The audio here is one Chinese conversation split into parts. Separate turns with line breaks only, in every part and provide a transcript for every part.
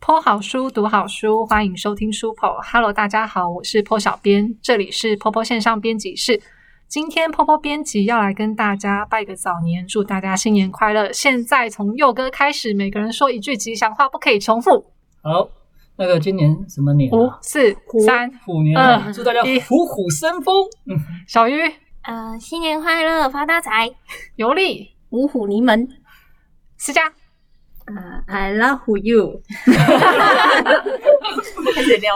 剖好书，读好书，欢迎收听书剖。Hello，大家好，我是剖小编，这里是剖剖线上编辑室。今天剖剖编辑要来跟大家拜个早年，祝大家新年快乐。现在从佑哥开始，每个人说一句吉祥话，不可以重复。
好，那个今年什么年
五
啊？
四三，
虎年啊，
二
祝大家
一
虎虎生风。嗯，
小鱼
呃，新年快乐，发大财，
尤力
五虎临门。
思佳，
呃，I love you。开始聊，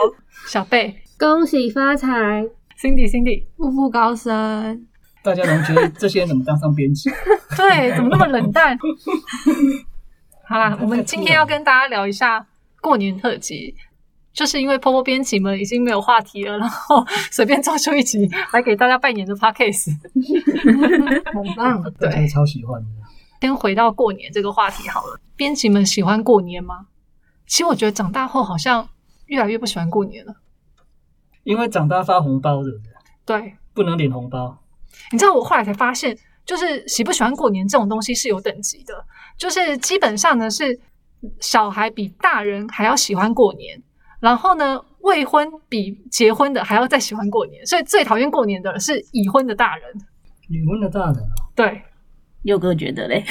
小贝
恭喜发财，
，Cindy Cindy。
步步高升。
大家能觉得这些人怎么当上编 辑？
对，怎么那么冷淡？好啦，我们今天要跟大家聊一下过年特辑，就是因为波波编辑们已经没有话题了，然后随便抓出一集来给大家拜年的 podcast。
很棒，
大家超喜欢的。
先回到过年这个话题好了，编辑们喜欢过年吗？其实我觉得长大后好像越来越不喜欢过年了。
因为长大发红包，对不对？
对，
不能领红包，
你知道我后来才发现，就是喜不喜欢过年这种东西是有等级的，就是基本上呢是小孩比大人还要喜欢过年，然后呢未婚比结婚的还要再喜欢过年，所以最讨厌过年的是已婚的大人。
你问了大人啊。
对，
佑哥觉得嘞，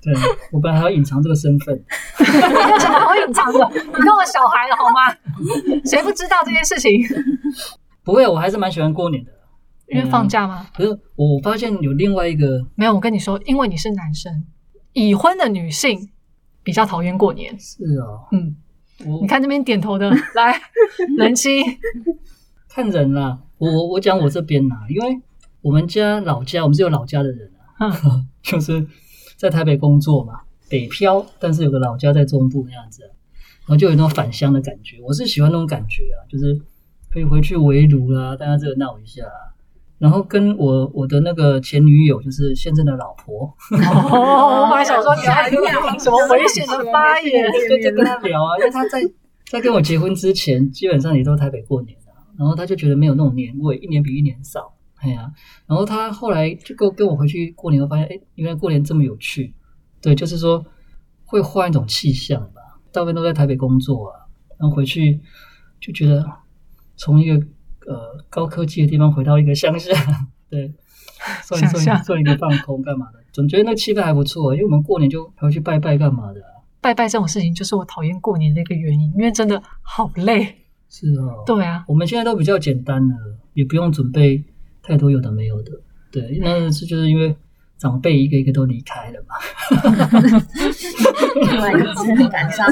对，我本来还要隐藏这个身份，
有什么好隐藏的？你跟我小孩了好吗？谁不知道这件事情？
不会，我还是蛮喜欢过年的。
因为放假吗？
可是我发现有另外一个
没有，我跟你说，因为你是男生，已婚的女性比较讨厌过年。
是哦，
嗯，
我
你看这边点头的，来， 人妻，
看人啦、我我我讲我这边啦、因为我们家老家，我们是有老家的人啊， 就是在台北工作嘛，北漂，但是有个老家在中部那样子啊、然后就有那种返乡的感觉。我是喜欢那种感觉啊，就是可以回去围炉啦、大家热闹一下啊、然后跟我我的那个前女友，就是现在的老婆，
哦，我本来想说你还有什么危险的发言，
就就跟他聊啊，因为他 在在跟我结婚之前，基本上也都台北过年的、啊，然后他就觉得没有那种年味，一年比一年少，哎呀、然后他后来就跟跟我回去过年，我发现哎，原来过年这么有趣，对，就是说会换一种气象吧。大部分都在台北工作啊，然后回去就觉得从一个呃高科技的地方回到一个乡下， 对，算一
乡
算
下
一算一个放空干嘛的，总觉得那气氛还不错，啊因为我们过年就还会去拜拜干嘛的啊、
拜拜这种事情就是我讨厌过年的一个原因，因为真的好累。
是哦，
对啊，
我们现在都比较简单了，也不用准备太多有的没有的。对，那是就是因为长辈一个一个都离开了嘛，
对，真的感伤。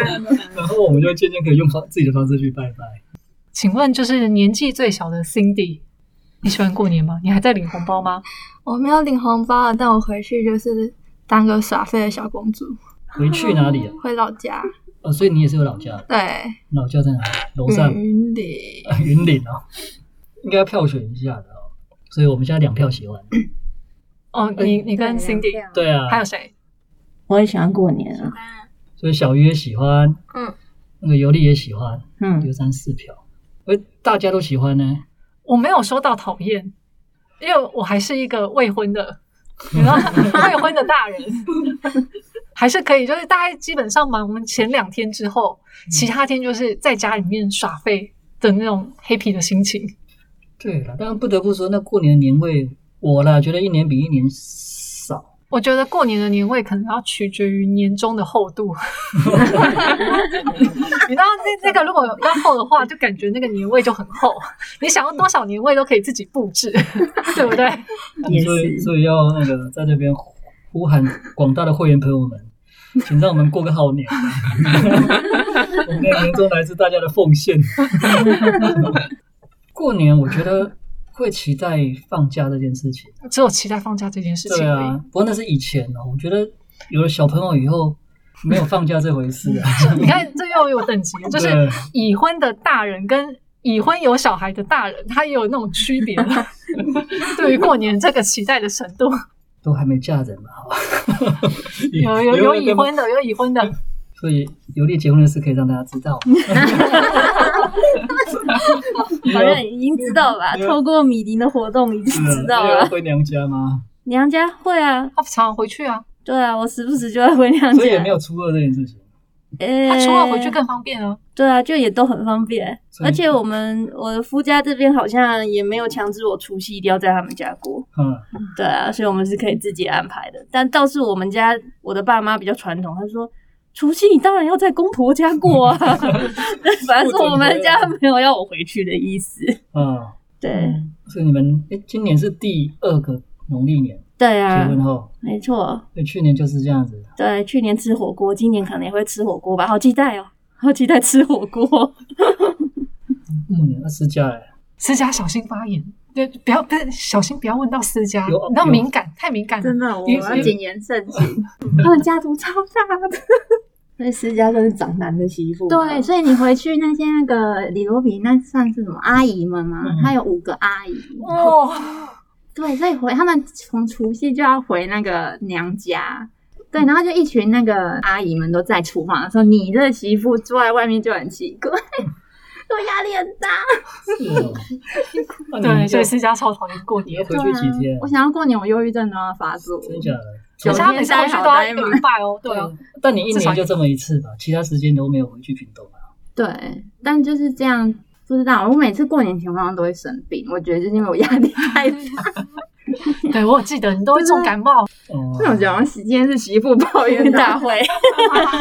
然后我们就渐渐可以用方自己的方式去拜拜。
请问就是年纪最小的 Cindy，你喜欢过年吗？你还在领红包吗？
我没有领红包，但我回去就是当个耍废的小公主，
回去哪 里啊？
回老家。
哦，所以你也是有老家的，
对，
老家在哪里？楼上、
云里
云林哦，应该要票选一下的哦。所以我们现在两票喜欢。
哦，你你跟 Cindy
对啊，
还有谁？
我也喜欢过年啊，
所以小鱼也喜欢，
嗯，
那个尤力也喜欢，
嗯，
有三四票，而大家都喜欢呢。
我没有说到讨厌，因为我还是一个未婚的， 你知道，未婚的大人，还是可以，就是大概基本上忙完前两天之后，其他天就是在家里面耍废的那种 happy 的心情。
对了，但不得不说，那过年的年味，我啦觉得一年比一年少。
我觉得过年的年味可能要取决于年终的厚度，你知道那那个如果要厚的话，就感觉那个年味就很厚，你想要多少年味都可以自己布置，对不对？
也
所以
是。
所以要那个在这边呼喊广大的会员朋 友们，请让我们过个好年。我们的年终来自大家的 奉献。过年我觉得会期待放假这件事情。
只有期待放假这件事情
对
而已。
啊，不过那是以前哦，我觉得有了小朋友以后，没有放假这回事啊。
你看，这又有等级， 就是
对啊
已婚的大人跟已婚有小孩的大人，他也有那种区别了。 对于过年这个期待的程度，
都还没嫁人嘛，好吧
有 有有已婚的，有已婚的，
所以尤力结婚的事可以让大家知道。
好像已经知道吧？透过米林的活动已经知道
因为要
了。
嗯回娘家吗？
娘家会啊，
他常常回去啊。
对啊，我时不时就会回娘
所以也没
家。
有初二这件事情。
呃，
他初二回去更方便啊。
对啊，就也都很方便。
所以
而且我们我的夫家这边好像也没有强制我除夕一定要在他们家过，
嗯，
对啊，所以我们是可以自己安排的。但倒是我们家我的爸妈比较传统，他说除夕你当然要在公婆家过啊， 反正我们家没有要我回去的意思。
啊，
对，
所以你们哎，今年是第二个农历年
对
结
啊，
婚后，
没错，
所以去年就是这样子。
对，去年吃火锅，今年可能也会吃火锅吧，好期待哦， 好期待吃火锅。
嗯，年二十加哎，
思佳小心发言，对，不要不是小心不要问到思佳，
有
你要
有
敏感，太敏感了
真。的，我
因为
要谨言慎行。他们家族超大的，
那施家算是长男的媳妇吧，
对，所以你回去那些那个李罗比，那算是什么阿姨们吗
嗯？
她有五个阿姨，
哦，
对，所以回他们从除夕就要回那个娘家。对，然后就一群那个阿姨们都在厨房，说你这媳妇坐在外面就很奇怪， 我压力很大。
是哦，那你
对，
们
所
就
以思佳超讨厌过
你要
年，
回去几
对
天
啊？我想要过年，我忧郁症都要发作。
真假的？
可
有
是
些
他每次回去都要一个礼拜哦。对啊，
嗯，但你一
至少
年就这么一次吧，其他时间都没有回去屏东啊。
对，但就是这样，不知道。我每次过年前好像都会生病，我觉得就是因为我压力 太大。
对我有记得你都会重感冒。
哦，
那我觉得好像今天是媳妇抱怨大
大会，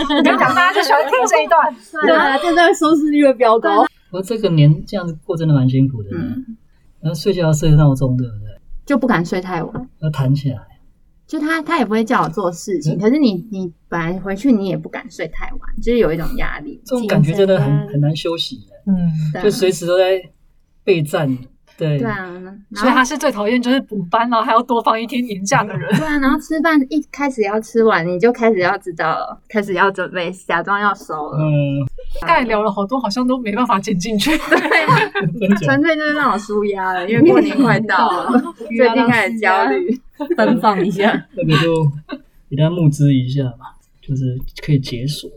我跟你讲，大家就喜欢听这一段。
对啊，
啊，这段收视率会飙高。
啊
我这个年这样子过真的蛮辛苦的，
嗯
然后睡觉要设闹钟，对不对？
就不敢睡太晚。
要弹起来，
就他他也不会叫我做事情，
嗯
可是你你本来回去你也不敢睡太晚，就是有一种压力。
这种感觉真的
精神
很
啊
很难休息，
嗯，
对啊
就随时都在备战。对
对啊，然
所以
后
他是最讨厌就是补班然后还要多放一天年假的 人。
对啊，然后吃饭一开始要吃完，你就开始要知道了，开始要准备假装要收了。
嗯，
刚才聊了好多，好像都没办法剪进去。
真假
纯粹就是让我舒压了，因为过年快到了， 最近开始焦虑。
奔放一下。
那个就给大家募资一下嘛，就是可以解锁。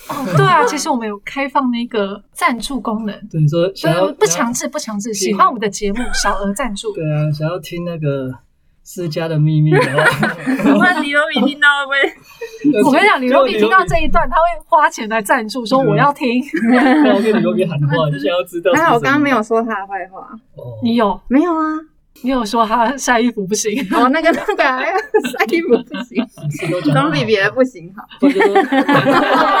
哦，对啊，其实我们有开放那个赞助功能，
对，说
所
想要
以不强制，不强制。喜欢我们的节目，小额赞助。
对啊，想要听那个私家的秘密的话，
问李罗米听到会 不
我跟你 讲，李若比听到这一段，他会花钱来赞助，
嗯
说我要听。
然啊后跟你右边喊话，你想要知 道是什么。
会？还啊好我刚刚没有说他的坏话，
哦，
你有，
没有啊。
你有说他晒衣服不行。
哦，那个那个 晒衣服不行，
是都讲得
总比别的不行好。
好。我觉得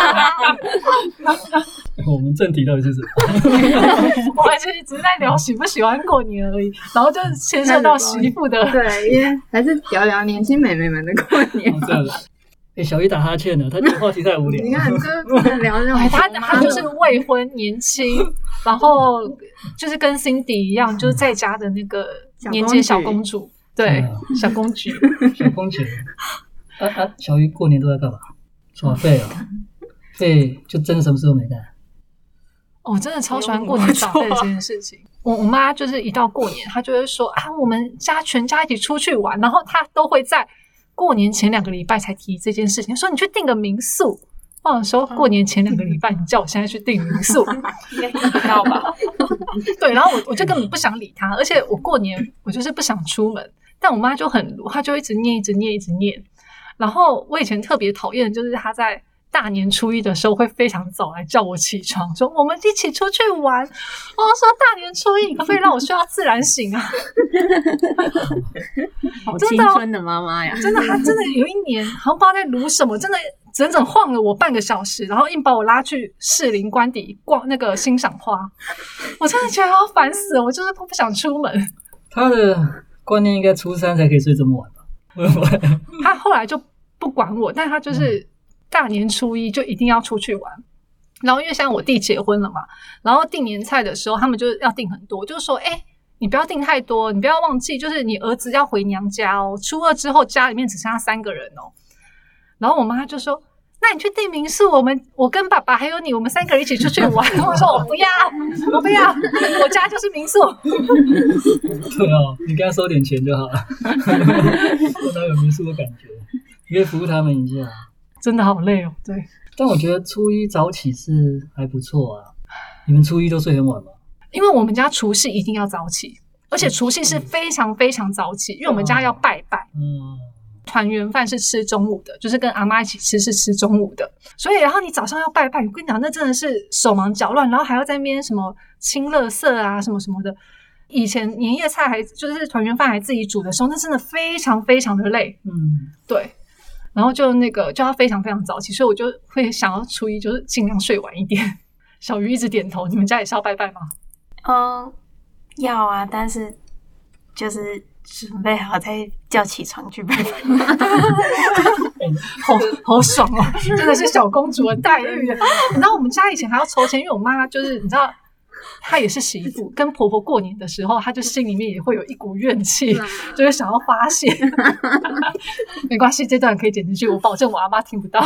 我们正题到底是什么？
我们其实只是在聊喜不喜欢过年而已，然后就牵涉到媳妇的。
对，因为还是聊聊年轻美眉们的过年。
哦，这样子。 哎，小姨打哈欠了，她这个话题 太无聊
你看，
了。
就是不能聊那种
哎，
婆
他
妈
他就是未婚年轻，然后就是跟 Cindy 一样，就是在家的那个年纪的小公主，对， 小公举。
小公姐，啊啊，小姨过年都在干嘛？耍废啊！废就真的什么事都没干。
我哦真的超喜欢过年长辈这件事情。我我妈就是一到过年，她就会说啊，我们家全家一起出去玩，然后她都会在过年前两个礼拜才提这件事情，说你去订个民宿。我想说过年前两个礼拜，你叫我现在去订民宿，应该听到吧？对，然后我我就根本不想理她，而且我过年我就是不想出门，但我妈就很鲁，她就一直念，一直念，一直念。然后我以前特别讨厌的就是她在大年初一的时候会非常早来叫我起床，说我们一起出去玩。我说大年初一你可不可以让我睡到自然醒啊？
好
真
青
的哦
春的妈妈呀！
真的，她真的有一年好像不知道在撸什么，真的整整晃了我半个小时，然后硬把我拉去士林官邸逛那个欣赏花。我真的觉得要烦死了，我就是不想出门。
她的观念应该初三才可以睡这么晚吧？
他后来就不管我，但他就是大年初一就一定要出去玩。然后因为现在我弟结婚了嘛，然后订年菜的时候，他们就是要订很多，就是说，哎、你不要订太多，你不要忘记，就是你儿子要回娘家哦，初二之后家里面只剩下三个人哦。然后我妈就说：“那你去订民宿，我们我跟爸爸还有你，我们三个人一起出去玩。” 我说：“我不要，我不要，我家就是民宿。”
对哦，你跟她收点钱就好 了，让她有民宿的感觉。你可以服务他们一下。
真的好累哦，对。
但我觉得初一早起是还不错啊。你们初一都睡很晚吗？
因为我们家除夕一定要早起，而且除夕是非常非常早起，因为我们家要拜拜。
嗯，
团圆饭是吃中午的，就是跟阿妈一起吃是吃中午的。所以，然后你早上要拜拜，我跟你讲，那真的是手忙脚乱，然后还要在那边什么清垃圾啊，什么什么的。以前年夜菜还就是团圆饭还自己煮的时候，那真的非常非常的累，
嗯，
对。然后就那个就要非常非常早起，所以我就会想要初一就是尽量睡晚一点。小鱼一直点头，你们家也是要拜拜吗？
嗯，要啊，但是就是准备好再叫起床去拜拜。
好好爽哦， 真的是小公主的待 遇啊！你知道我们家以前还要筹钱，因为我妈就是你知道，她也是媳妇，跟婆婆过年的时候，她就心里面也会有一股怨气，就是想要发泄。 没关系，这段可以剪进去，我保证我阿妈听不到。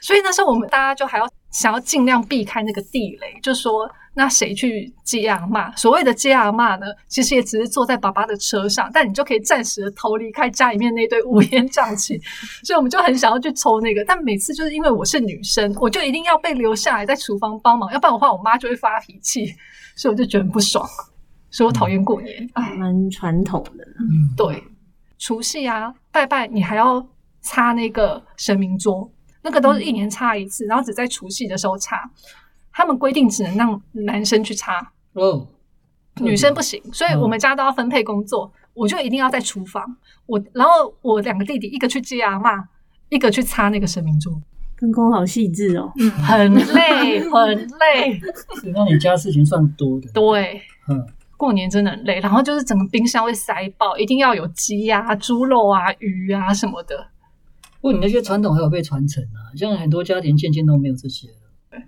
所以那时候我们大家就还要想要尽量避开那个地雷，就说那谁去接阿嬷？所谓的接阿嬷呢，其实也只是坐在爸爸的车上，但你就可以暂时的逃离开家里面那堆乌烟瘴气。所以我们就很想要去抽那个，但每次就是因为我是女生，我就一定要被留下来在厨房帮忙，要不然的话我妈就会发脾气，所以我就觉得很不爽，所以我讨厌过年。哎，
蛮传统的。
对，除夕啊，拜拜，你还要擦那个神明桌，那个都是一年擦一次，然后只在除夕的时候擦。他们规定只能让男生去擦，
哦，
女生不行，所以我们家都要分配工作。我就一定要在厨房，我然后我两个弟弟，一个去接阿嬷，一个去擦那个神明桌，
分工好细致哦，
很累， 很累。
是那你家事情算多的，
对，
嗯，
过年真的很累，然后就是整个冰箱会塞爆，一定要有鸡啊、猪肉啊、鱼啊什么的。
不过你那些传统还有被传承啊，像很多家庭渐渐都没有这些了，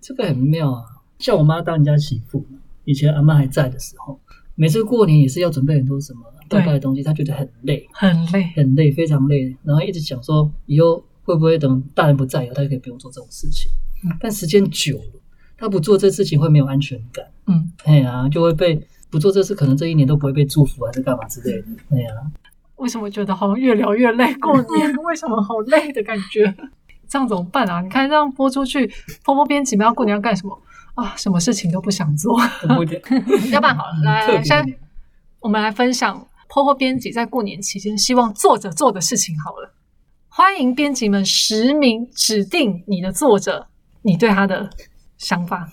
这个很妙啊。像我妈当人家媳妇，以前阿妈还在的时候，每次过年也是要准备很多什么
对
拜拜的东西，她觉得很累，
很累，
很累，非常累，然后一直想说以后会不会等大人不在以后，她就可以不用做这种事情。
嗯
但时间久了，她不做这事情会没有安全感，
嗯，
哎呀、就会被不做这事，可能这一年都不会被祝福还是干嘛之类的，哎呀、
为什么觉得好像越聊越累？ 过年为什么好累的感觉？这样怎么办啊？你看这样播出去，播播编辑们要过年要干什么啊？什么事情都不想做。嗯
很不一定
要不然好了，来啊
特
来，
别
现在我们来分享婆婆编辑在过年期间希望作者做的事情好了。欢迎编辑们实名指定你的作者，你对他的想 法。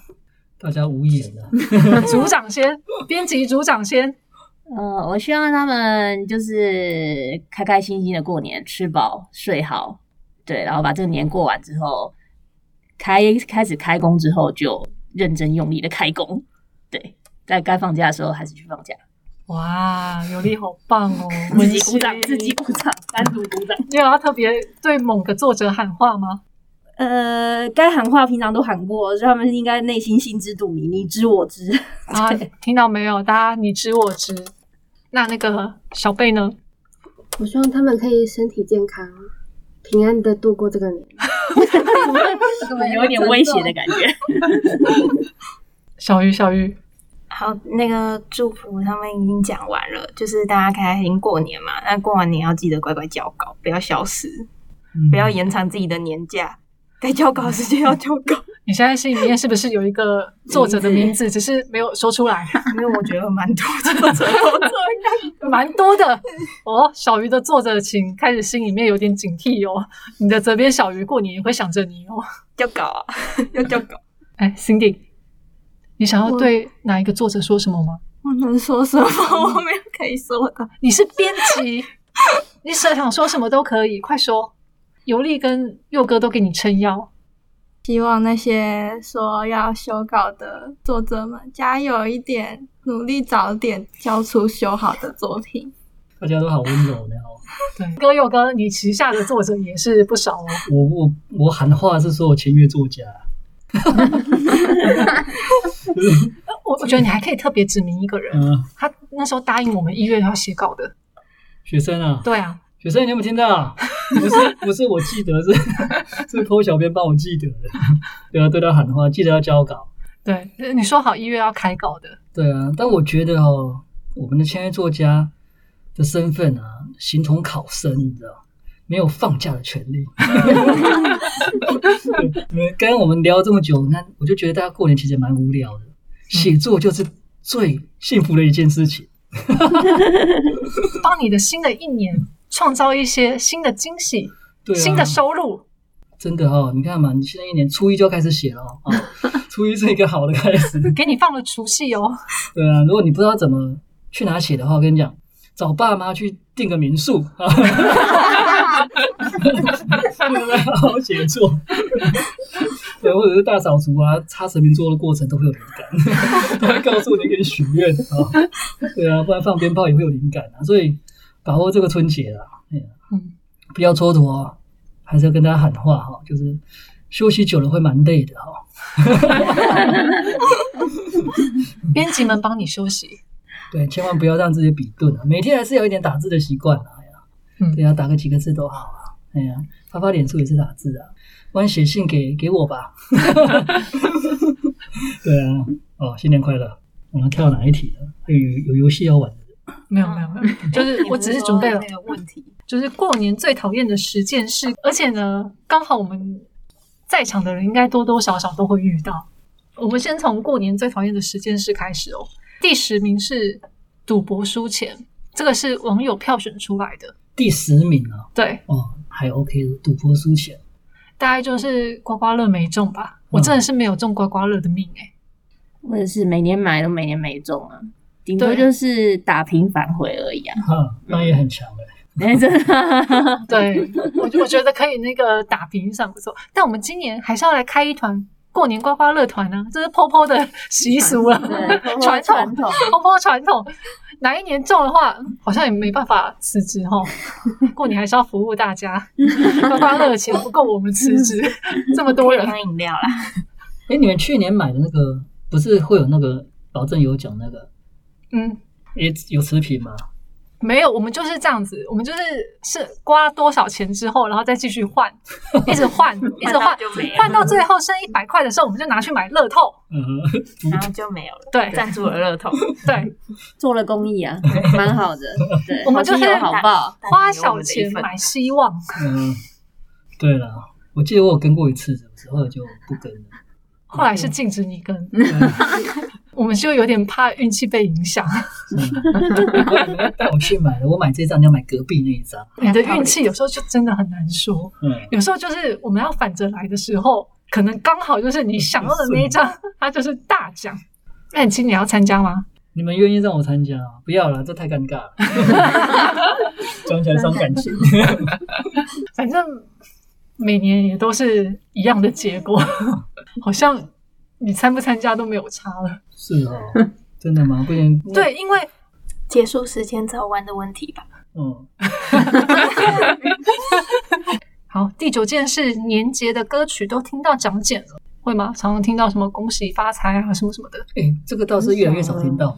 大家无言 啊。
组长先，编辑组长先。
呃，我希望他们就是开开心心的过年，吃饱睡好，对，然后把这个年过完之后，开开始开工之后就认真用力的开工，对，在该放假的时候还是去放假，
哇，尤力好棒 哦！
自己鼓掌，
温馨
自己鼓掌，单独鼓掌。
你有要特别对某个作者喊话 吗？
呃，该喊话平常都喊过，所以他们应该内心心知肚明，你知我 知。
啊，听到没有？大家你知我知。那那个小贝呢？
我希望他们可以身体健康，平安的度过这个年。
有一点威胁的感觉。
小鱼，小鱼，
好，那个祝福他们已经讲完了，就是大家开心过年嘛。那过完年要记得乖乖交稿，不要消失，
嗯
不要延长自己的年假。该交稿的时间要交 稿，
你现在心里面是不是有一个作者的名字，只是没有说出来？
因为我觉得蛮多作者都这样。
蛮多的哦。小鱼的作者，请开始心里面有点警惕哦。你的责编小鱼过年也会想着你哦。
交稿啊， 要交稿。
哎，Cindy，你想要对哪一个作者说什么吗？
我能说什么？我没有可以说的。
你是编辑，你想说什么都可以，快说。尤力跟佑哥都给你撑腰。
希望那些说要修稿的作者们加油一点，努力早点交出修好的作品。
大家都好温柔的哦。
对，哥佑哥，你旗下的作者也是不少哦。
我我我喊话是说我签约作家，
我我觉得你还可以特别指明一个人，
嗯，
他那时候答应我们一月要写稿的。
学生啊，
对啊，
学生你有没有听到、啊？不是 不是，我记得是是抠小编帮我记得的，对啊，对他喊话，记得要交稿，
对，你说好一月要开稿的，
对啊。但我觉得哦，我们的签约作家的身份啊，形同考生，你知道。没有放假的权利。对你们跟我们聊这么久，那我就觉得大家过年其实也蛮无聊的。写作就是最幸福的一件事情。
帮你的新的一年创造一些新的惊喜、
对啊，
新的收入。
真的哦，你看嘛，你现在一年初一就要开始写了哦， 啊初一是一个好的开始。
给你放了除夕哦，
对啊，如果你不知道怎么去哪写的话，我跟你讲，找爸妈去订个民宿啊，好好写作。对，或者是大扫除啊、擦神明桌的过程都会有灵感， 他会告诉你可以许愿啊。对啊，不然放鞭炮也会有灵感啊，所以把握这个春节啊，对啊
嗯
不要蹉跎哦，还是要跟大家喊话哈、就是休息久了会蛮累的哈、
编辑们帮你休息。
对，千万不要让自己比钝啊！每天还是有一点打字的习惯啊。哎呀
嗯
对啊，打个几个字都好啊。哎呀，发发脸书也是打字啊，不然写信给给我吧。 对啊，哦，新年快乐！我们跳哪一题了？还有有游戏要玩的。
没有
嗯
没有没有，就是我只是准备了
哎那个问题，
就是过年最讨厌的十件事，而且呢，刚好我们在场的人应该多多少少都会遇到。我们先从过年最讨厌的十件事开始哦。第十名是赌博输钱，这个是网友票选出来的。
第十名啊，
对，
哦，还 OK 的，赌博输钱。
大概就是刮刮乐没中吧。我真的是没有中刮刮乐的命哎、
我也是每年买都每年没中啊，顶多
对
就是打平返回而已啊。
哈，那也很强哎、
哎，真的，
对，我我觉得可以那个打平算不错。但我们今年还是要来开一团过年刮刮乐团啊，这是 POPO 的习俗了，
对
传统
传统
POPO 传统。哪一年中的话，好像也没办法辞职 哦。过年还是要服务大家，刮刮乐的钱不够我们辞 职，这么多人。
喝饮料啦，
哎、你们去年买的那个不是会有那个保证有奖那个
嗯，
也有持平吗？
没有，我们就是这样子，我们就是是刮多少钱之后，然后再继续换，一直 换，一直换，换到最后剩一百块的时候，我们就拿去买乐透。
嗯哼，
然后就没有了，
对
赞助了乐透，
对，
做了公 益啊，蛮好的。对，
我们
好
就是
心有好报。
花小钱买希望。
嗯，对了，我记得我有跟过一次，是不是？后来就不跟了。
后来是禁止你跟，
嗯
我们就有点怕运气被影响。
后来你们带我去买了，我买这张，你要买隔壁那一张。
你的运气有时候就真的很难说，
嗯，
有时候就是我们要反着来的时候，可能刚好就是你想要的那一张， 它就是大奖。那你今年要参加吗？
你们愿意让我参加吗？不要了，这太尴尬了，讲起来伤感情。
反正每年也都是一样的结果，好像你参不参加都没有差了。
是哦，真的吗？不行。，
对，因为
结束时间早晚的问题吧。
嗯，
好，第九件事，年节的歌曲都听到长茧了，会吗？常常听到什么“恭喜发财”啊，什么什么的。
哎、这个倒是越来越少听到。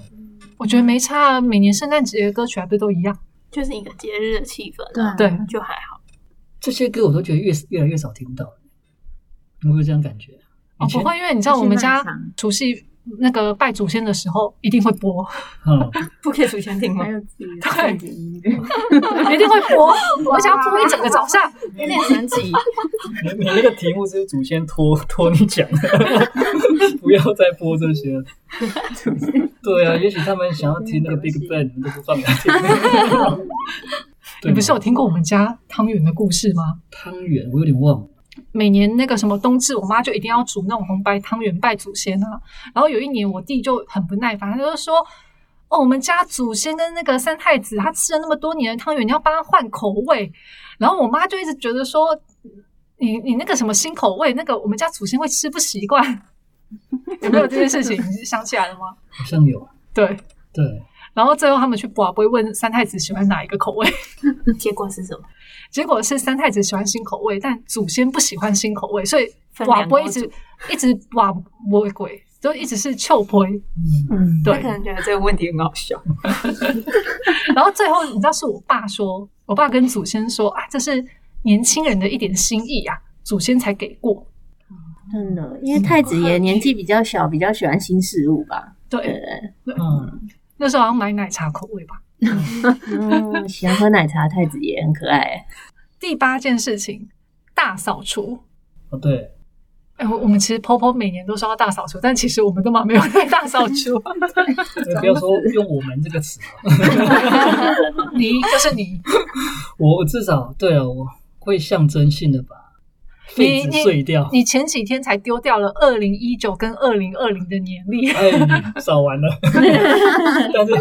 我觉得没差啊，每年圣诞节的歌曲还啊不是都一样？
就是一个节日的气氛，
对啊
对，
就还好。
这些歌我都觉得越越来越少听到了，你会不会这样感觉？
哦，
以
不
前，
会，因为你知道我们家除夕那个拜祖先的时候一定会播，
嗯，
不可以出先听吗
还？有自己的
对
背景音乐，
一定会播， 我想要播一整个早上。
有点神奇，
你你那个题目是祖先托托你讲的， 不要再播这些了。对啊，也许他们想要听那个 Big Bang，你们都不放来听。
你不是有听过我们家汤圆的故事吗？
汤圆？我有点忘了。
每年那个什么冬至，我妈就一定要煮那种红白汤圆拜祖先啊。然后有一年我弟就很不耐烦，他就说：“哦，我们家祖先跟那个三太子，他吃了那么多年的汤圆，你要帮他换口味。”然后我妈就一直觉得说：“你你那个什么新口味，那个我们家祖先会吃不习惯。” 有没有这件事情？你想起来了吗？
好像有。啊
对。
对，
然后最后他们去卜龟问三太子喜欢哪一个口味，嗯
结果是什么？
结果是三太子喜欢新口味，但祖先不喜欢新口味，所以
分
瓦
两
波
锅
一直一直瓦波鬼，就一直是臭婆。
嗯，
嗯，
他
对
可。能觉得这个问题很好笑，
然后最后你知道是我爸说，我爸跟祖先说啊，这是年轻人的一点心意啊，祖先才给过。
真的，因为太子爷年纪比较小，比较喜欢新事物吧。对
对，，
嗯，
那时候好像买奶茶口味吧。
嗯，喜欢喝奶茶，太子爷很可爱。
第八件事情，大扫除。
哦对，
哎，我我们其实 POPO 每年都说要大扫除，但其实我们都嘛没有在大扫 除。
不要说用我们这个词，啊
你就是你，
我至少对啊，我会象征性的把
你
废纸
你
碎掉。
你前几天才丢掉了二零一九跟二零二零的年历，
哎，你扫完了，但是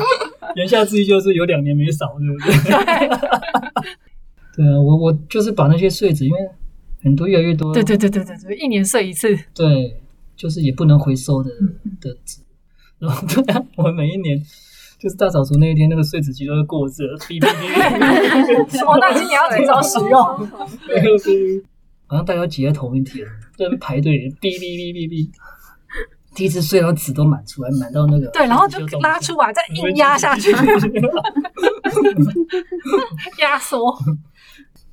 言下之意就是有两年没扫，对不对？对啊，我我就是把那些碎纸，因为很多越来越多，
对对对对对对，一年碎一 次。
对，就是也不能回收的的纸。然后对啊，我每一年就是大扫除那一天，那个碎纸机都会过热，哔哔哔，
哦，那今年要提早使用。
哔哔哔，好像大家挤在同一天，在那边排队，哔哔哔哔哔。第一次碎到纸都满出来，满到那个
对，然后就
手指动不
拉
动
出来，再硬压下去，压缩。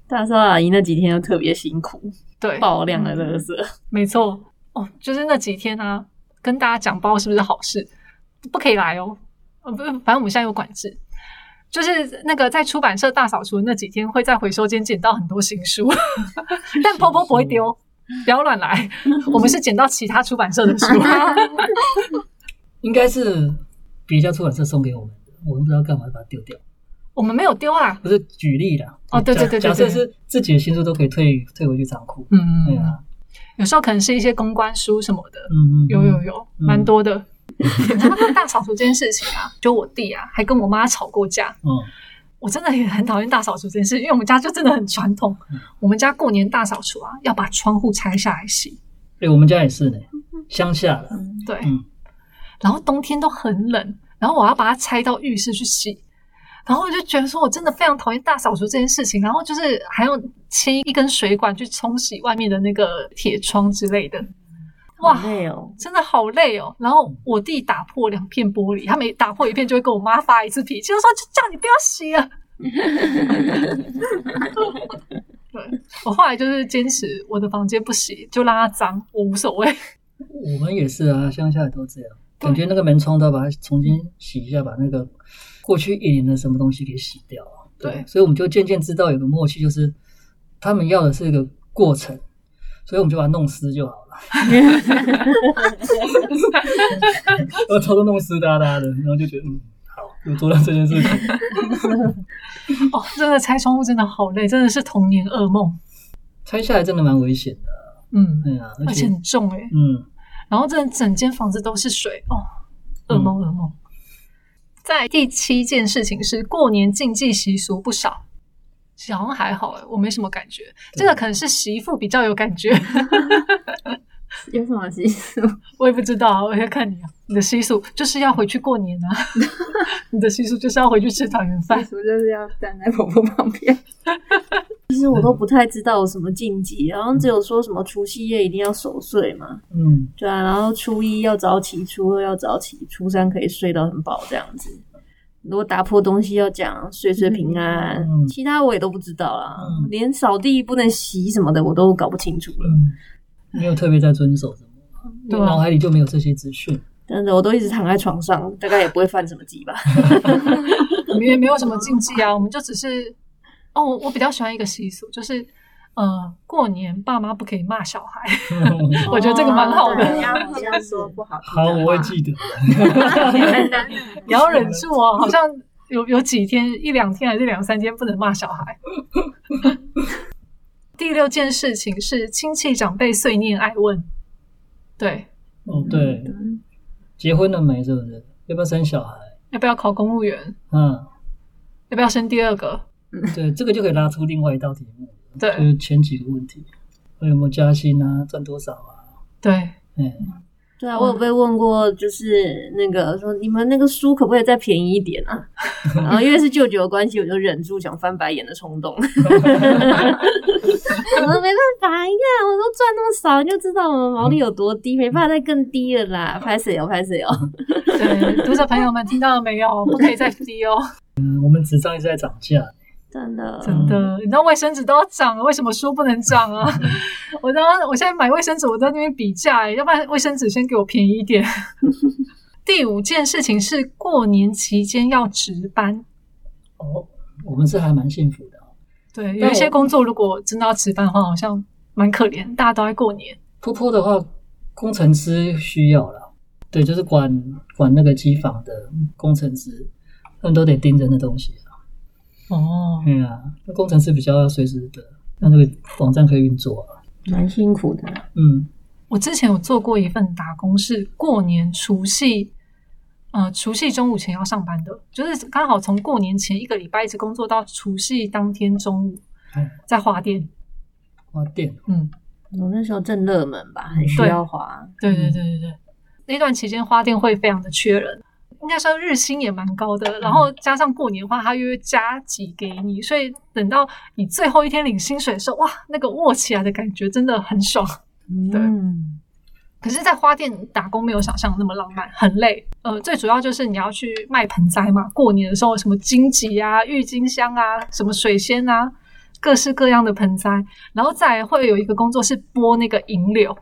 大少阿姨那几天又特别辛苦，
对，
爆量的垃圾，
没错。哦，就是那几天啊，跟大家讲包是不是好事？不可以来哦。呃，不，反正我们现在有管制。就是那个在出版社大扫除的那几天，会在回收间捡到很多新 书，但婆婆不会丢，不要乱来。我们是捡到其他出版社 的书。
应该是别家出版社送给我们的，我们不知道干嘛把它丢掉。
我们没有丢啊。
不是举例啦，
哦对对对对
假假设
对
是自己的新书都可以退退回去仓库。对
嗯，
啊，
有时候可能是一些公关书什么的。
嗯嗯，
有有有，
嗯
蛮多 的。然后他大扫除这件事情啊，就我弟啊，还跟我妈吵过架。
嗯，
我真的也很讨厌大扫除这件事，因为我们家就真的很传统。
嗯
我们家过年大扫除啊，要把窗户拆下来洗。
哎，我们家也是呢，乡下啦，
对，
嗯
然后冬天都很冷，然后我要把它拆到浴室去洗。然后我就觉得说，我真的非常讨厌大扫除这件事情。然后就是还要切一根水管去冲洗外面的那个铁窗之类的。哇，
好累哦。
真的好累哦。然后我弟打破两片玻璃，他每打破一片就会跟我妈发一次脾气，就说就叫你不要洗啊了。 对我后来就是坚持我的房间不洗，就让它脏，我无所谓。
我们也是啊，乡下也都这样。感觉那个门窗都要把它重新洗一下，把那个过去一年的什么东西给洗掉啊。
对
所以我们就渐渐知道有个默契，就是他们要的是一个过程，所以我们就把它弄湿就好了。然后偷偷弄湿哒哒的，然后就觉得嗯，好，有做到这件事情。
哦，真的拆窗户真的好累，真的是童年噩梦。
拆下来真的蛮危险的，
嗯，
对啊，而
而且
且
很重哎、
嗯，
然后这整间房子都是水哦，噩梦噩梦。在第七件事情是过年禁忌习俗不少，其实好像还好哎，我没什么感觉。
对
这个可能是媳妇比较有感觉，
有什么习俗？
我也不知道，我要看你啊。你的习俗就是要回去过年啊，你的习俗就是要回去吃团圆
习
饭。
俗就是要站在婆婆旁边。
其实我都不太知道有什么禁忌，然后只有说什么除夕夜一定要守岁嘛，
嗯，
对啊，然后初一要早起，初二要早起，初三可以睡到很饱这样子。如果打破东西要讲岁岁平安，
嗯
其他我也都不知道啦，
嗯
连扫地不能洗什么的我都搞不清楚了。
嗯没有特别在遵守什么，
对
脑
啊，
海里就没有这些资讯。
但是我都一直躺在床上，大概也不会犯什 么忌吧。
我们也没有什么禁忌啊，我们就只是哦，我我比较喜欢一个习俗，就是呃，过年爸妈不可以骂小孩，我觉得这个蛮
哦
好的。
对要这样说不好听
好，
的话。
我会记得。
嗯你要忍住哦，好像有有几天，一两天还是两三天不能骂小孩。 第六件事情是亲戚长辈碎念爱问，对，
哦，对，结婚了没？是不是？要不要生小孩？
要不要考公务员？
嗯，
要不要生第二个？
对，这个就可以拉出另外一道题目，就
对
是前几个问题，我有没有加薪啊？赚多少啊？
对，
嗯，
对啊，我有被问过，就是那个说你们那个书可不可以再便宜一点 啊？然后因为是舅舅的关系，我就忍住想翻白眼的 冲动。我说没办法哎呀，我都赚那么少，你就知道我们毛利有多
嗯
低，没办法再更低了啦。拍谁哦，拍谁哦。
对，读者朋友们听到了没有？不可以再 低哦，
我们纸张一直在涨价，
真的，
真的，你知道卫生纸都要涨了，为什么书不能涨啊？ 我当我现在买卫生纸，我在那边比价、欸，要不然卫生纸先给我便宜一点。第五件事情是过年期间要值班，
哦，我们是还蛮幸福的哦。
对，有一些工作如果真的要值班的话，好像蛮可怜，大家都在过年，
坡坡的话，工程师需要了，对，就是管管那个机房的工程师，他们都得盯着那东西啊。
哦，
对啊，那工程师比较要随时的让这个网站可以运作啊。
蛮辛苦的。
嗯，
我之前有做过一份打工，是过年除夕，呃，除夕中午前要上班的，就是刚好从过年前一个礼拜一直工作到除夕当天中午
嗯，
在花店。
花店
嗯，
我那时候正热门吧，很需
对
要滑。
对对对对对，那段期间花店会非常的缺人，应该说日薪也蛮高的，然后加上过年的话，他又会加几给你，所以等到你最后一天领薪水的时候，哇，那个握起来的感觉真的很爽。对
嗯，
可是，在花店打工没有想象那么浪漫，很累。呃，最主要就是你要去卖盆栽嘛，过年的时候什么荆棘啊、郁金香啊、什么水仙啊，各式各样的盆栽。然后再来会有一个工作是剥那个银柳，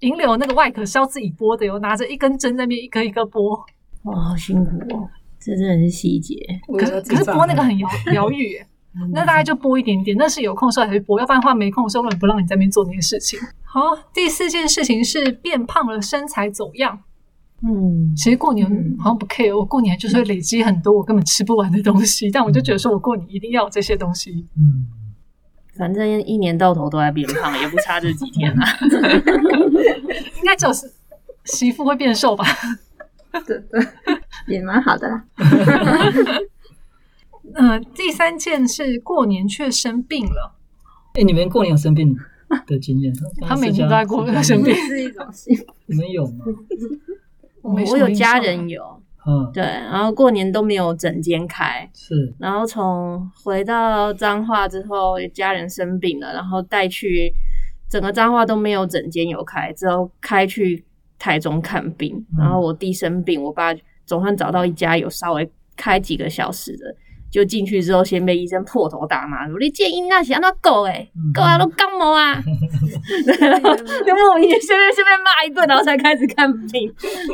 银柳那个外壳是要自己剥的哟，拿着一根针在那边一个一个剥。
哇，好辛苦哦，这真的是细节。
可是可是剥那个 很疗疗愈耶，
嗯
那大概就剥一点点，那是有空的时候才去剥，要不然的话没空的时候根本不让你在那边做那些事情。好，第四件事情是变胖了，身材走样。
嗯，
其实过年好像不 care，我过年就是会累积很多我根本吃不完的东西，但我就觉得说我过年一定要有这些东西。
嗯，
反正一年到头都在变胖，也不差这几天啊。
应该只有是媳妇会变瘦吧？
对对，也蛮好的啦。
嗯、第三件是过年却生病了，
哎，你们过年有生病的经验？
他每年都在过
年
生病，
是一种幸福。
你们有吗？
我没什
我
么
有
印
家
象啊
人有，
嗯，
对，然后过年都没有整间开，
是
然后从回到彰化之后，家人生病了，然后带去整个彰化都没有整间有开，之后开去台中看病
嗯，
然后我弟生病，我爸总算找到一家有稍微开几个小时的。就进去之后，先被医生破头大骂，说你这婴那是安怎狗诶，
嗯
狗啊都感冒啊， 对然后就莫名其妙先被骂一顿，然后才开始看 病。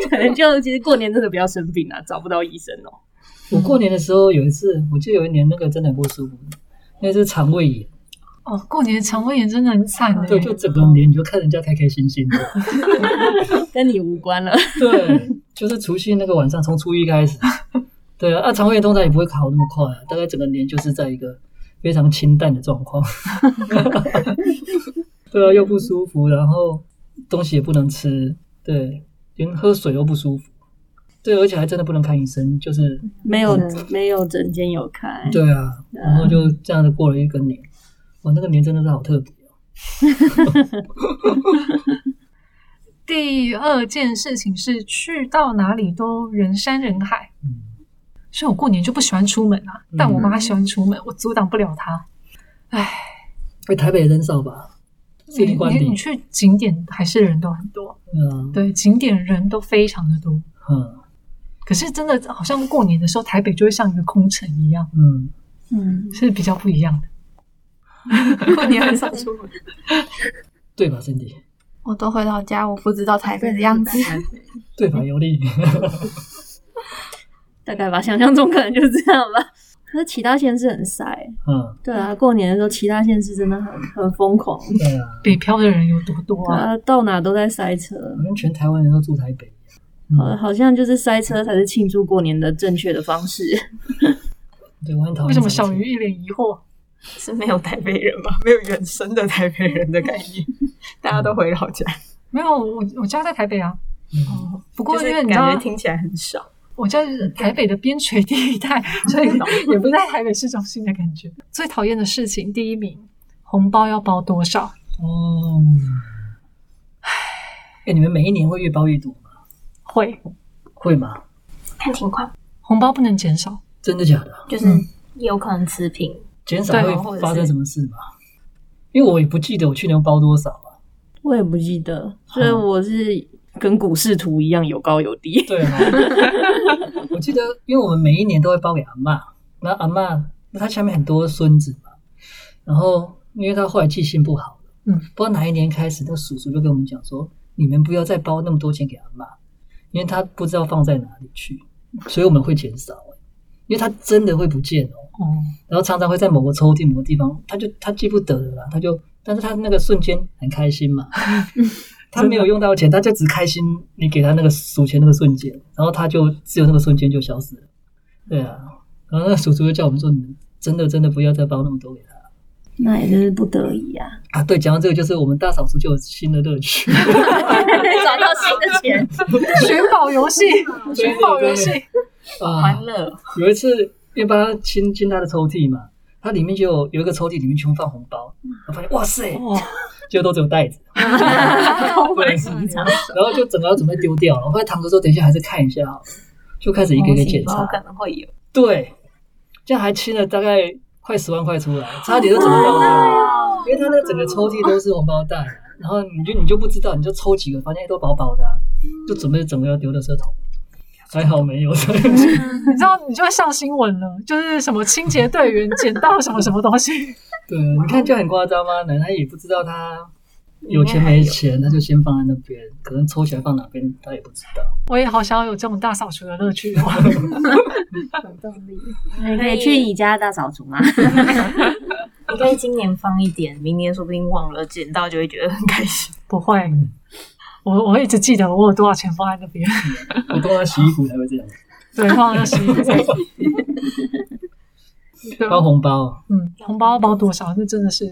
对，就其实过年真的不要生病啊，找不到医生哦、
我过年的时候有一次，我记得有一年那个真的很不舒服，那是肠胃炎。
哦，过年肠胃炎真的很惨哎、
对，就整个年你就看人家开开心心的。
跟你无关了。
对，就是除夕那个晚上，从初一开始。对啊，啊，肠胃炎通常也不会好那么快、啊，大概整个年就是在一个非常清淡的状况。 对啊，又不舒服，然后东西也不能吃，对，连喝水都不舒服。对，而且还真的不能看医生，就是
没有没有整间有开，
对啊，然后就这样子过了一个年，哇，那个年真的是好特别哦。
第二件事情是去到哪里都人山人海，
嗯
所以我过年就不喜欢出门啊，但我妈喜欢出门，我阻挡不了她。
哎，台北人少吧？是
你
你管
你
理
你，去景点还是人都很多，
对啊，
对，景点人都非常的多。
嗯
可是真的好像过年的时候，台北就会像一个空城一样，
嗯。
嗯，
是比较不一样的。
过年很少出门，
对吧，Cindy？
我都回老家，我不知道台北的样子。
对吧，尤力？
大概吧，想象中可能就是这样吧。可是其他县市很晒，
嗯，
对啊，过年的时候其他县市真的很很疯狂，
对啊，
北漂的人有多多
对
啊？
啊，到哪都在塞车，
好像全台湾人都住台北。
呃，好像就是塞车才是庆祝过年的正确的方式。
对，我很讨厌。
为什么小鱼？一脸疑惑？
嗯是没有台北人 吧？没有原生的台北人的概 念，大家都回老家。
没有，我我家在台北啊。
嗯
不过因为你
嗯就是
知道
感觉，听起来很少，哦
我家是台北的边陲地带，所以 也不在台北市中心的感觉。最讨厌的事情，第一名，红包要包多少？
哦，哎，你们每一年会越包越多吗？
会，
会吗？
看情况，
红包不能减少。
真的假的？
就是
嗯
有可能持平。
减少
对啊
或
会
者
发生
是
什么事吗？因为我也不记得我去年包多少啊。
我也不记得，所以我是跟股市图一样有高有低。
对哦， 我记得，因为我们每一年都会包给阿嬷，那阿嬷那她下面很多孙子嘛，然后因为她后来记性不好了，
嗯，
不知道哪一年开始，那叔叔就跟我们讲说，你们不要再包那么多钱给阿嬷，因为她不知道放在哪里去，所以我们会减少、欸因为她真的会不见哦，
哦，
然后常常会在某个抽屉、某个地方，她就她记不得了啦，她就但是他那个瞬间很开心嘛，他没有用到钱，他就只开心你给他那个数钱那个瞬间，然后他就只有那个瞬间就消失了。对啊，然后那个叔叔就叫我们说，你们真的真的不要再包那么多给他。
那也是不得已啊，
啊，对，讲到这个，就是我们大扫除就有新的乐趣，
找到新的钱，
寻宝游戏，寻宝游戏，
啊，
乐。
有一次，因为帮他清清他的抽屉嘛，它里面就有有一个抽屉里面全部放红包，我发现哇塞， 就都只有袋子，
回洗衣厂，
然后就整个要准备丢掉了。后来堂哥说，等一下还是看一下好了，就开始一个一个检查，
可能会有。
对，这样还清了大概快十万块出来，差点就整个要丢，因为他那整个抽屉都是红包袋啊，然后你就你就不知道，你就抽几个，发现都薄薄的啊、就准备整个要丢的时候，还好没有。
你知道你就会上新闻了，就是什么清洁队员捡到什么什么东西，
对，你看就很夸张吗？奶奶也不知道他有钱没钱，他就先放在那边，可能抽起来放哪边他也不知道。
我也好想要有这种大扫除的乐趣哦。
你可以去你家大扫除吗？
应该今年放一点，明年说不定忘了，捡到就会觉得很开心。
不会，我我会一直记得我有多少钱放在那边，
我都要洗衣服才会这样，
对，放在那洗衣服。对
包红包，
嗯，红包要包多少？那真的是，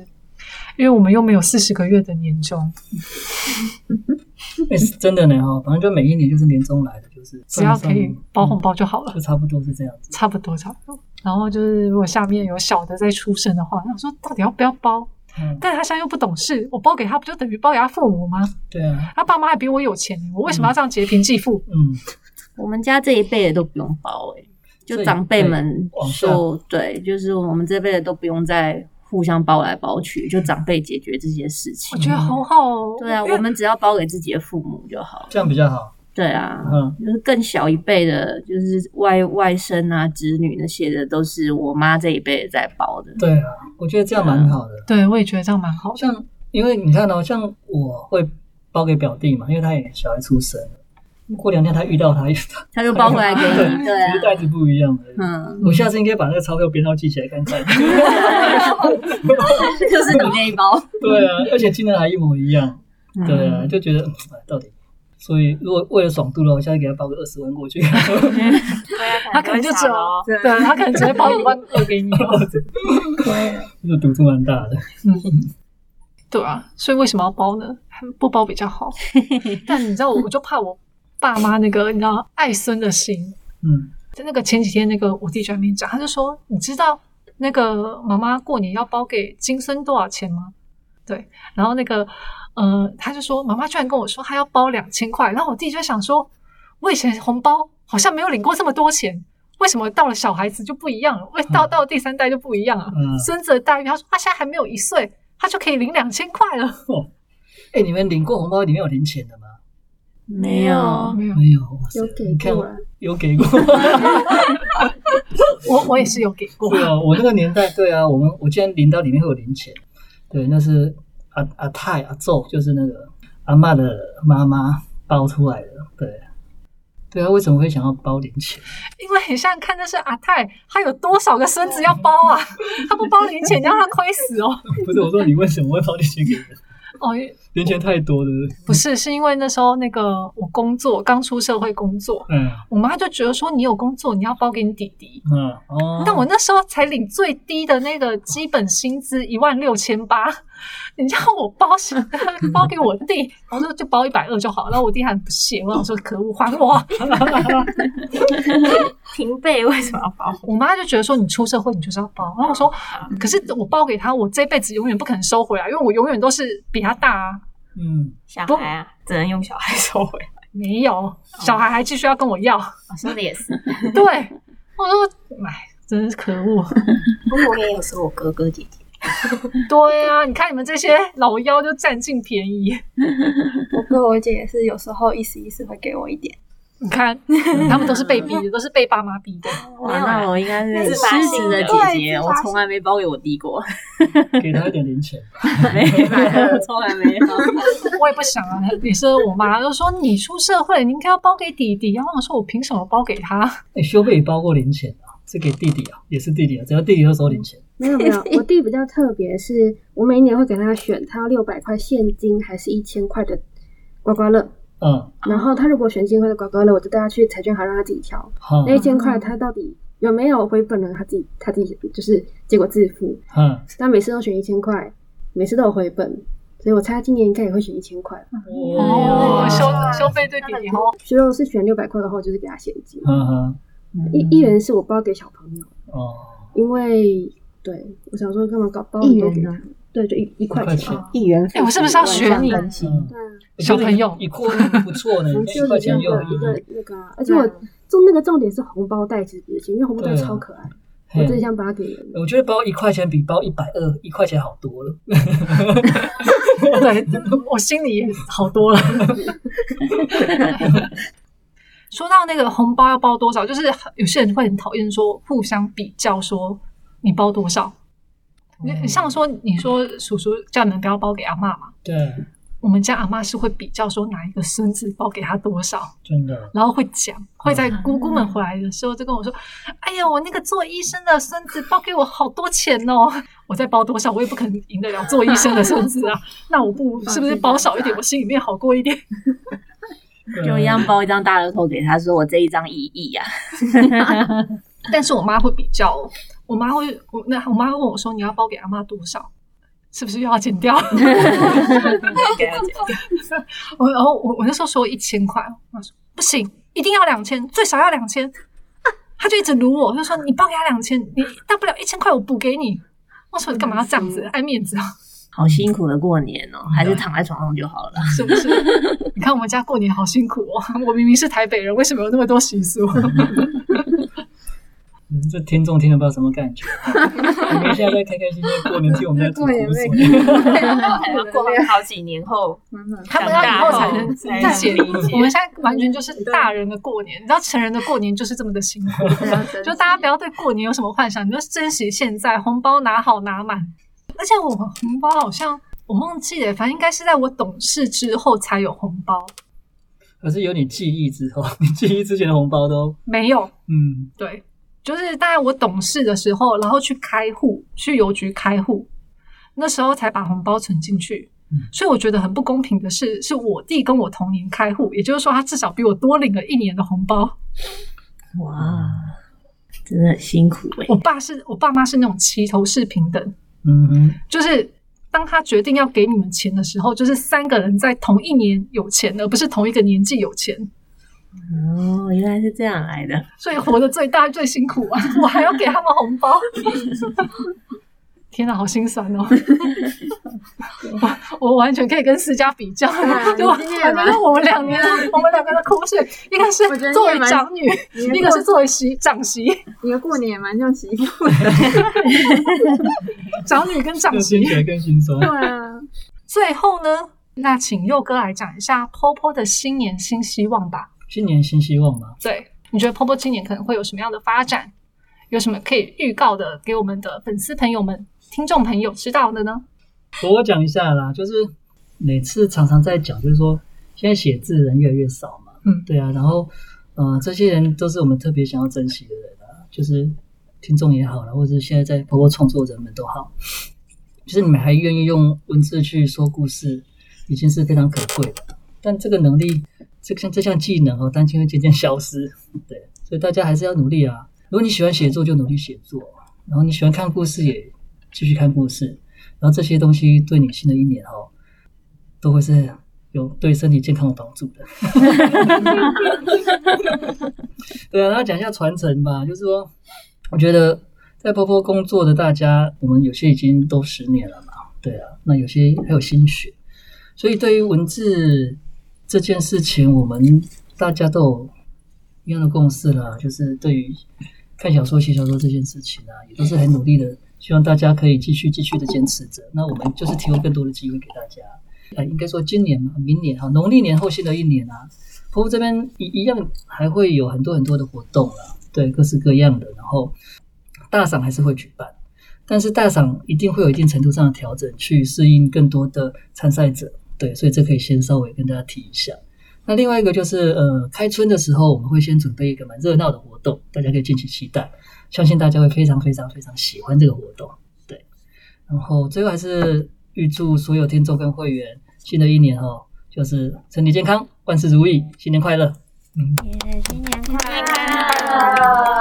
因为我们又没有四十个月的年终，
那哎是真的呢哦哈。反正就每一年就是年终来的，就是嗯
只要可以包红包就好了
就，差不多是这样子。
差不多差不多。然后就是如果下面有小的在出生的话，那我说到底要不要包？
嗯，
但是他现在又不懂事，我包给他不就等于包给他父母吗？
对啊，
他爸妈还比我有钱，我为什么要这样劫贫济富？
嗯，
我们家这一辈的都不用包哎、欸就长辈们
这一辈
说，对，就是我们这辈的都不用再互相包来包去，就长辈解决这些事
我
情。
觉得好好哦。
对啊，我们只要包给自己的父母就好了。
这样比较好。
对啊，
嗯，
就是更小一辈的，就是外外甥啊、侄女那些的，都是我妈这一辈在包的。
对啊，我觉得这样蛮好的。
对，我也觉得这样蛮好的。
像因为你看哦，像我会包给表弟嘛，因为他也小孩出生了。过两天他遇到他，
她就包回来给你，
只
对
是
啊，
袋子不一样而已。
嗯，
我下次应该把那个钞票编号记起来看看。
就是你那一 包。
对啊，而且金额还一模一样。对啊，就觉得嗯哎到底，所以如果为了爽度了，我下次给他包个二十万过去。
他可能就只有
哦，
对，啊他可能直接包一万二给你。
这个赌注蛮大的。
对啊，所以为什么要包呢？不包比较好。但你知道，我就怕我爸妈那个，你知道爱孙的心。
嗯，
在那个前几天，那个我弟在那边讲，他就说：“你知道那个妈妈过年要包给金孙多少钱吗？”对，然后那个呃，他就说妈妈居然跟我说她要包两千块，然后我弟就想说，我以前红包好像没有领过这么多钱，为什么到了小孩子就不一样了？为到到了第三代就不一样了
嗯，
孙子的待遇，他说他啊现在还没有一岁，他就可以领两千块了。
哎，你们领过红包里面有零钱的吗？
没有，
没有，
没有，哇塞
嗯有给
你看
过啊
有给过。
我我也是有给过
对，啊，我那个年代，对啊，我们我竟然领到里面会有零钱，对，那是阿阿泰阿昼，就是那个阿嬷的妈妈包出来的，对。对啊，为什么会想要包零钱？
因为你想想看，那是阿泰，他有多少个孙子要包 啊？他不包零钱，你让他亏死哦。
不是我说你为什么会包零钱给人？
哦，
零钱太多了，对不对
不是，是因为那时候那个我工作刚出社会工作，
嗯
我妈就觉得说你有工作，你要包给你弟弟。
嗯哦。
但我那时候才领最低的那个基本薪资一万六千八， 你让我包什么？包给我弟，然后说就包一百二就好。然后我弟还很不屑，我想说可恶，还我！
平辈为什么要包？
我妈就觉得说你出社会你就是要包，然后我说，可是我包给他，我这辈子永远不可能收回来，因为我永远都是比他大啊。
嗯，
小孩啊，只能用小孩收回。
没有，小孩还继续要跟我要，
哦
说的也是。
对，我说，哎，真是可恶。
不过我也有收我 哥哥姐姐，
对啊，你看你们这些老妖就占尽便宜，
我哥我姐也是有时候意思意思会给我一点，
你看他们都是被逼的，都是被爸妈逼的。
哇，啊那我应该是
自发
狮
性
子
的
的姐姐，
对自
我
发性
从来没包给我弟 过，
给他一点零钱。
没有，从来没 有。
我也不想啊，也是我妈就说你出社会，你应该要包给弟弟。然后我说我凭什么包给他？
哎、修贝也包过零钱啊，是给弟弟啊，也是弟弟啊，只要弟弟都手领钱。
没有没有，我弟比较特别，是我每一年会给他选，他要六百块现金还是一千块的刮刮乐。
嗯，
然后他如果选一千块的刮刮乐，我就带他去彩券行让他自己挑。
好，
那一千块他到底有没有回本呢？他自己他自己就是结果自负。
嗯，
他每次都选一千块，每次都有回本，所以我猜他今年应该也会选一千块。
嗯
哦，
哇
消消费对弟弟哦好，
如果是选六百块的话，我就是给他现金。
嗯哼，
一一元是我包给小朋友，
哦，
因为对我想说干嘛搞包很多
一
给
元
他
啊，
对，就一一块
一块
钱
钱，
一元
哎，我是不是要学你？
更新
嗯
对啊，
小朋友
一块钱不错呢，
我们
一块
就有这
钱
样
又有
的
意
一
义
个。那个啊，而且我重那个重点是红包袋其实不是钱，因为红包袋
对啊
超可爱，我
嘿
真的想把它给人。
我觉得包一块钱比包一百二一块钱好多了。
对，我心里也好多了。 说到那个红包要包多少，就是有些人会很讨厌说互相比较，说你包多少。你你像说你说叔叔叫你们不要包给阿嬷嘛，
对，
我们家阿嬷是会比较说哪一个孙子包给他多少，
真的，
然后会讲，会在姑姑们回来的时候就跟我说：“哎呀，我那个做医生的孙子包给我好多钱哦，我再包多少，我也不可能赢得了做医生的孙子啊。那我不是不是包少一点，我心里面好过一点？
就一样包一张大乐透给他，说我这一张一亿呀、啊
但是我妈会比较哦，我妈会，我那我妈会问我说：你要包给阿妈多少？是不是又要减掉？
给他讲
我然后我我那时候说一千块，我妈说不行，一定要两千，最少要两千。他就一直撸我，就说你包给他两千，你大不了一千块我补给你。我说你干嘛要这样子，爱面子啊？
好辛苦的过年哦，还是
嗯
躺在床上就好了。
是不是？你看我们家过年好辛苦哦，我明明是台北人，为什么有那么多习俗？
嗯这听众听了不知道什么感觉。我们现在在开开心心地过年，听我们在吐
过年
苦
在
水。
啊
要过好几年后，
他们要以后才能
长大后
理解
才能理。解
我们现在完全就是大人的过年，你知道成人的过年就是这么的 辛苦。
啊
就大家不要对过年有什么幻想，你就珍惜现在，红包拿好拿满。而且我红包好像我忘记了，反正应该是在我懂事之后才有红包，
可是有你记忆之后，你记忆之前的红包都，
没有
嗯，
对，就是大概我懂事的时候，然后去开户，去邮局开户，那时候才把红包存进去
嗯。
所以我觉得很不公平的是，是我弟跟我同年开户，也就是说他至少比我多领了一年的红包。
哇，真的很辛苦哎、
我爸是我爸妈是那种齐头式平等，
嗯哼，
就是当他决定要给你们钱的时候，就是三个人在同一年有钱，而不是同一个年纪有钱。
哦，原来是这样来的。
所以活得最大最辛苦 啊！我还要给他们红包， 天哪，好心酸哦！ 我我完全可以跟思佳比较，
啊
就我
你今天也蛮
我们两 年，我们两个的苦水，一个
我觉
是
得
作
你也
为
蛮
长女，
你的
一个是作为媳长媳，
你的过年也蛮像媳妇，
长女跟长
这听起
媳。
来更心酸。
对啊，
最后呢，那请佑哥来讲一下 POPO 的新年新希望吧。
新年新希望嘛，
对，你觉得 POPO 今年可能会有什么样的发展？有什么可以预告的，给我们的粉丝朋友们、听众朋友知道的呢？
我讲一下啦，就是每次常常在讲，就是说现在写字人越来越少嘛，
嗯
对啊，然后呃，这些人都是我们特别想要珍惜的人啊，就是听众也好啦，或者是现在在包括创作人们都好，就是你们还愿意用文字去说故事，已经是非常可贵的。但这个能力，这项这项技能哦，担心会渐渐消失， 对，所以大家还是要努力啊。如果你喜欢写作，就努力写作；然后你喜欢看故事，也继续看故事。然后这些东西对你新的一年哦，都会是有对身体健康有帮助的。对啊，然后讲一下传承吧，就是说，我觉得在波波工作的大家，我们有些已经都十年了嘛，对啊，那有些还有新血，所以对于文字这件事情，我们大家都有一样的共识啦，就是对于看小说、写小说这件事情啊，也都是很努力的，希望大家可以继续继续的坚持着。那我们就是提供更多的机会给大家，呃，应该说今年嘛，明年哈，农历年后新的一年啊，婆婆这边一一样还会有很多很多的活动啦，对，各式各样的，然后大赏还是会举办。但是大赏一定会有一定程度上的调整，去适应更多的参赛者。对，所以这可以先稍微跟大家提一下。那另外一个就是，呃，开春的时候我们会先准备一个蛮热闹的活动，大家可以敬请期待，相信大家会非常非常非常喜欢这个活动。对，然后最后还是预祝所有听众跟会员新的一年哦，就是身体健康，万事如意，新年快乐。
耶，新年快乐！